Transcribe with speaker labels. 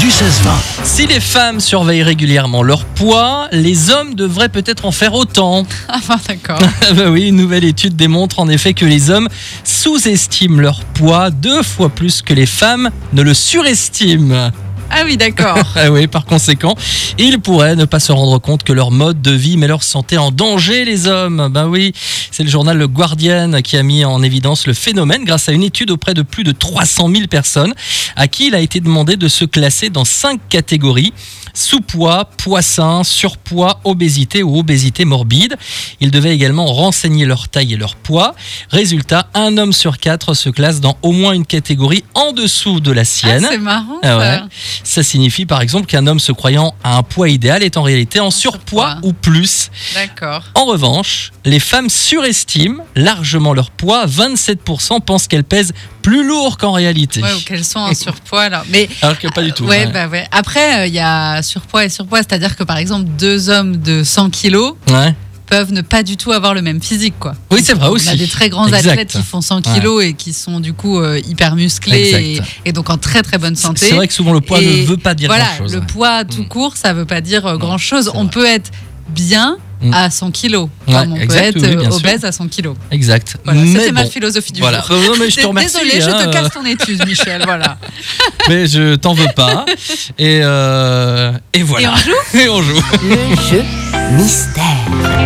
Speaker 1: du 16-20. Si les femmes surveillent régulièrement leur poids, les hommes devraient peut-être en faire autant.
Speaker 2: Ah bah, d'accord.
Speaker 1: Ah bah oui, une nouvelle étude démontre en effet que les hommes sous-estiment leur poids deux fois plus que les femmes ne le surestiment.
Speaker 2: Ah oui, d'accord.
Speaker 1: Ah oui, par conséquent, ils pourraient ne pas se rendre compte que leur mode de vie met leur santé en danger, les hommes. Ben oui, c'est le journal Le Guardian qui a mis en évidence le phénomène grâce à une étude auprès de plus de
Speaker 2: Ah,
Speaker 1: 300 000 personnes à qui il a été demandé de se classer dans cinq catégories sous-poids, poids sain, surpoids, obésité ou obésité morbide. Ils devaient également renseigner leur taille et leur poids. Résultat, un homme sur quatre se classe dans au moins une catégorie en dessous de la
Speaker 2: Ah,
Speaker 1: sienne.
Speaker 2: c'est hein. marrant.
Speaker 1: Ah
Speaker 2: ça.
Speaker 1: ouais. Ça signifie par exemple qu'un homme se croyant à un poids idéal est en réalité en surpoids
Speaker 2: surpoids.
Speaker 1: ou plus.
Speaker 2: D'accord.
Speaker 1: En revanche, les femmes surestiment largement leur poids. 27% pensent qu'elles pèsent plus lourd qu'en réalité.
Speaker 2: Ouais, ou qu'elles sont en surpoids alors. Mais
Speaker 1: Alors que pas du tout.
Speaker 2: ouais,
Speaker 1: ouais.
Speaker 2: bah ouais. Après, euh, il y a surpoids et surpoids, c'est-à-dire que par exemple, deux hommes de 100 kilos
Speaker 1: Ouais.
Speaker 2: peuvent ne pas du tout avoir le même physique, quoi.
Speaker 1: Oui, c'est vrai
Speaker 2: On
Speaker 1: aussi.
Speaker 2: a des très grands
Speaker 1: Exact.
Speaker 2: athlètes qui font 100 kilos et qui sont du coup euh, hyper musclés et,
Speaker 1: Exact.
Speaker 2: et donc en très très bonne santé.
Speaker 1: C'est vrai que souvent le poids
Speaker 2: Et
Speaker 1: ne veut pas dire
Speaker 2: voilà,
Speaker 1: grand-chose.
Speaker 2: le
Speaker 1: ouais.
Speaker 2: poids tout
Speaker 1: Mm.
Speaker 2: court, ça veut pas dire euh, grand-chose.
Speaker 1: c'est
Speaker 2: On
Speaker 1: vrai.
Speaker 2: peut être bien
Speaker 1: Mm.
Speaker 2: à 100 kilos, comme
Speaker 1: Ouais,
Speaker 2: on
Speaker 1: exact,
Speaker 2: peut
Speaker 1: oui,
Speaker 2: être
Speaker 1: oui, bien
Speaker 2: euh,
Speaker 1: sûr.
Speaker 2: obèse à 100 kilos.
Speaker 1: Exact.
Speaker 2: Voilà,
Speaker 1: mais
Speaker 2: c'était ma
Speaker 1: bon,
Speaker 2: philosophie du
Speaker 1: voilà. Euh,
Speaker 2: jour.
Speaker 1: Non, mais je te remercie.
Speaker 2: Désolée, je
Speaker 1: hein,
Speaker 2: te casse ton étude, Michel. Voilà.
Speaker 1: euh, Mais je t'en veux pas. Et, euh, et voilà.
Speaker 2: Et on joue
Speaker 1: Et on joue.
Speaker 3: Le jeu mystère.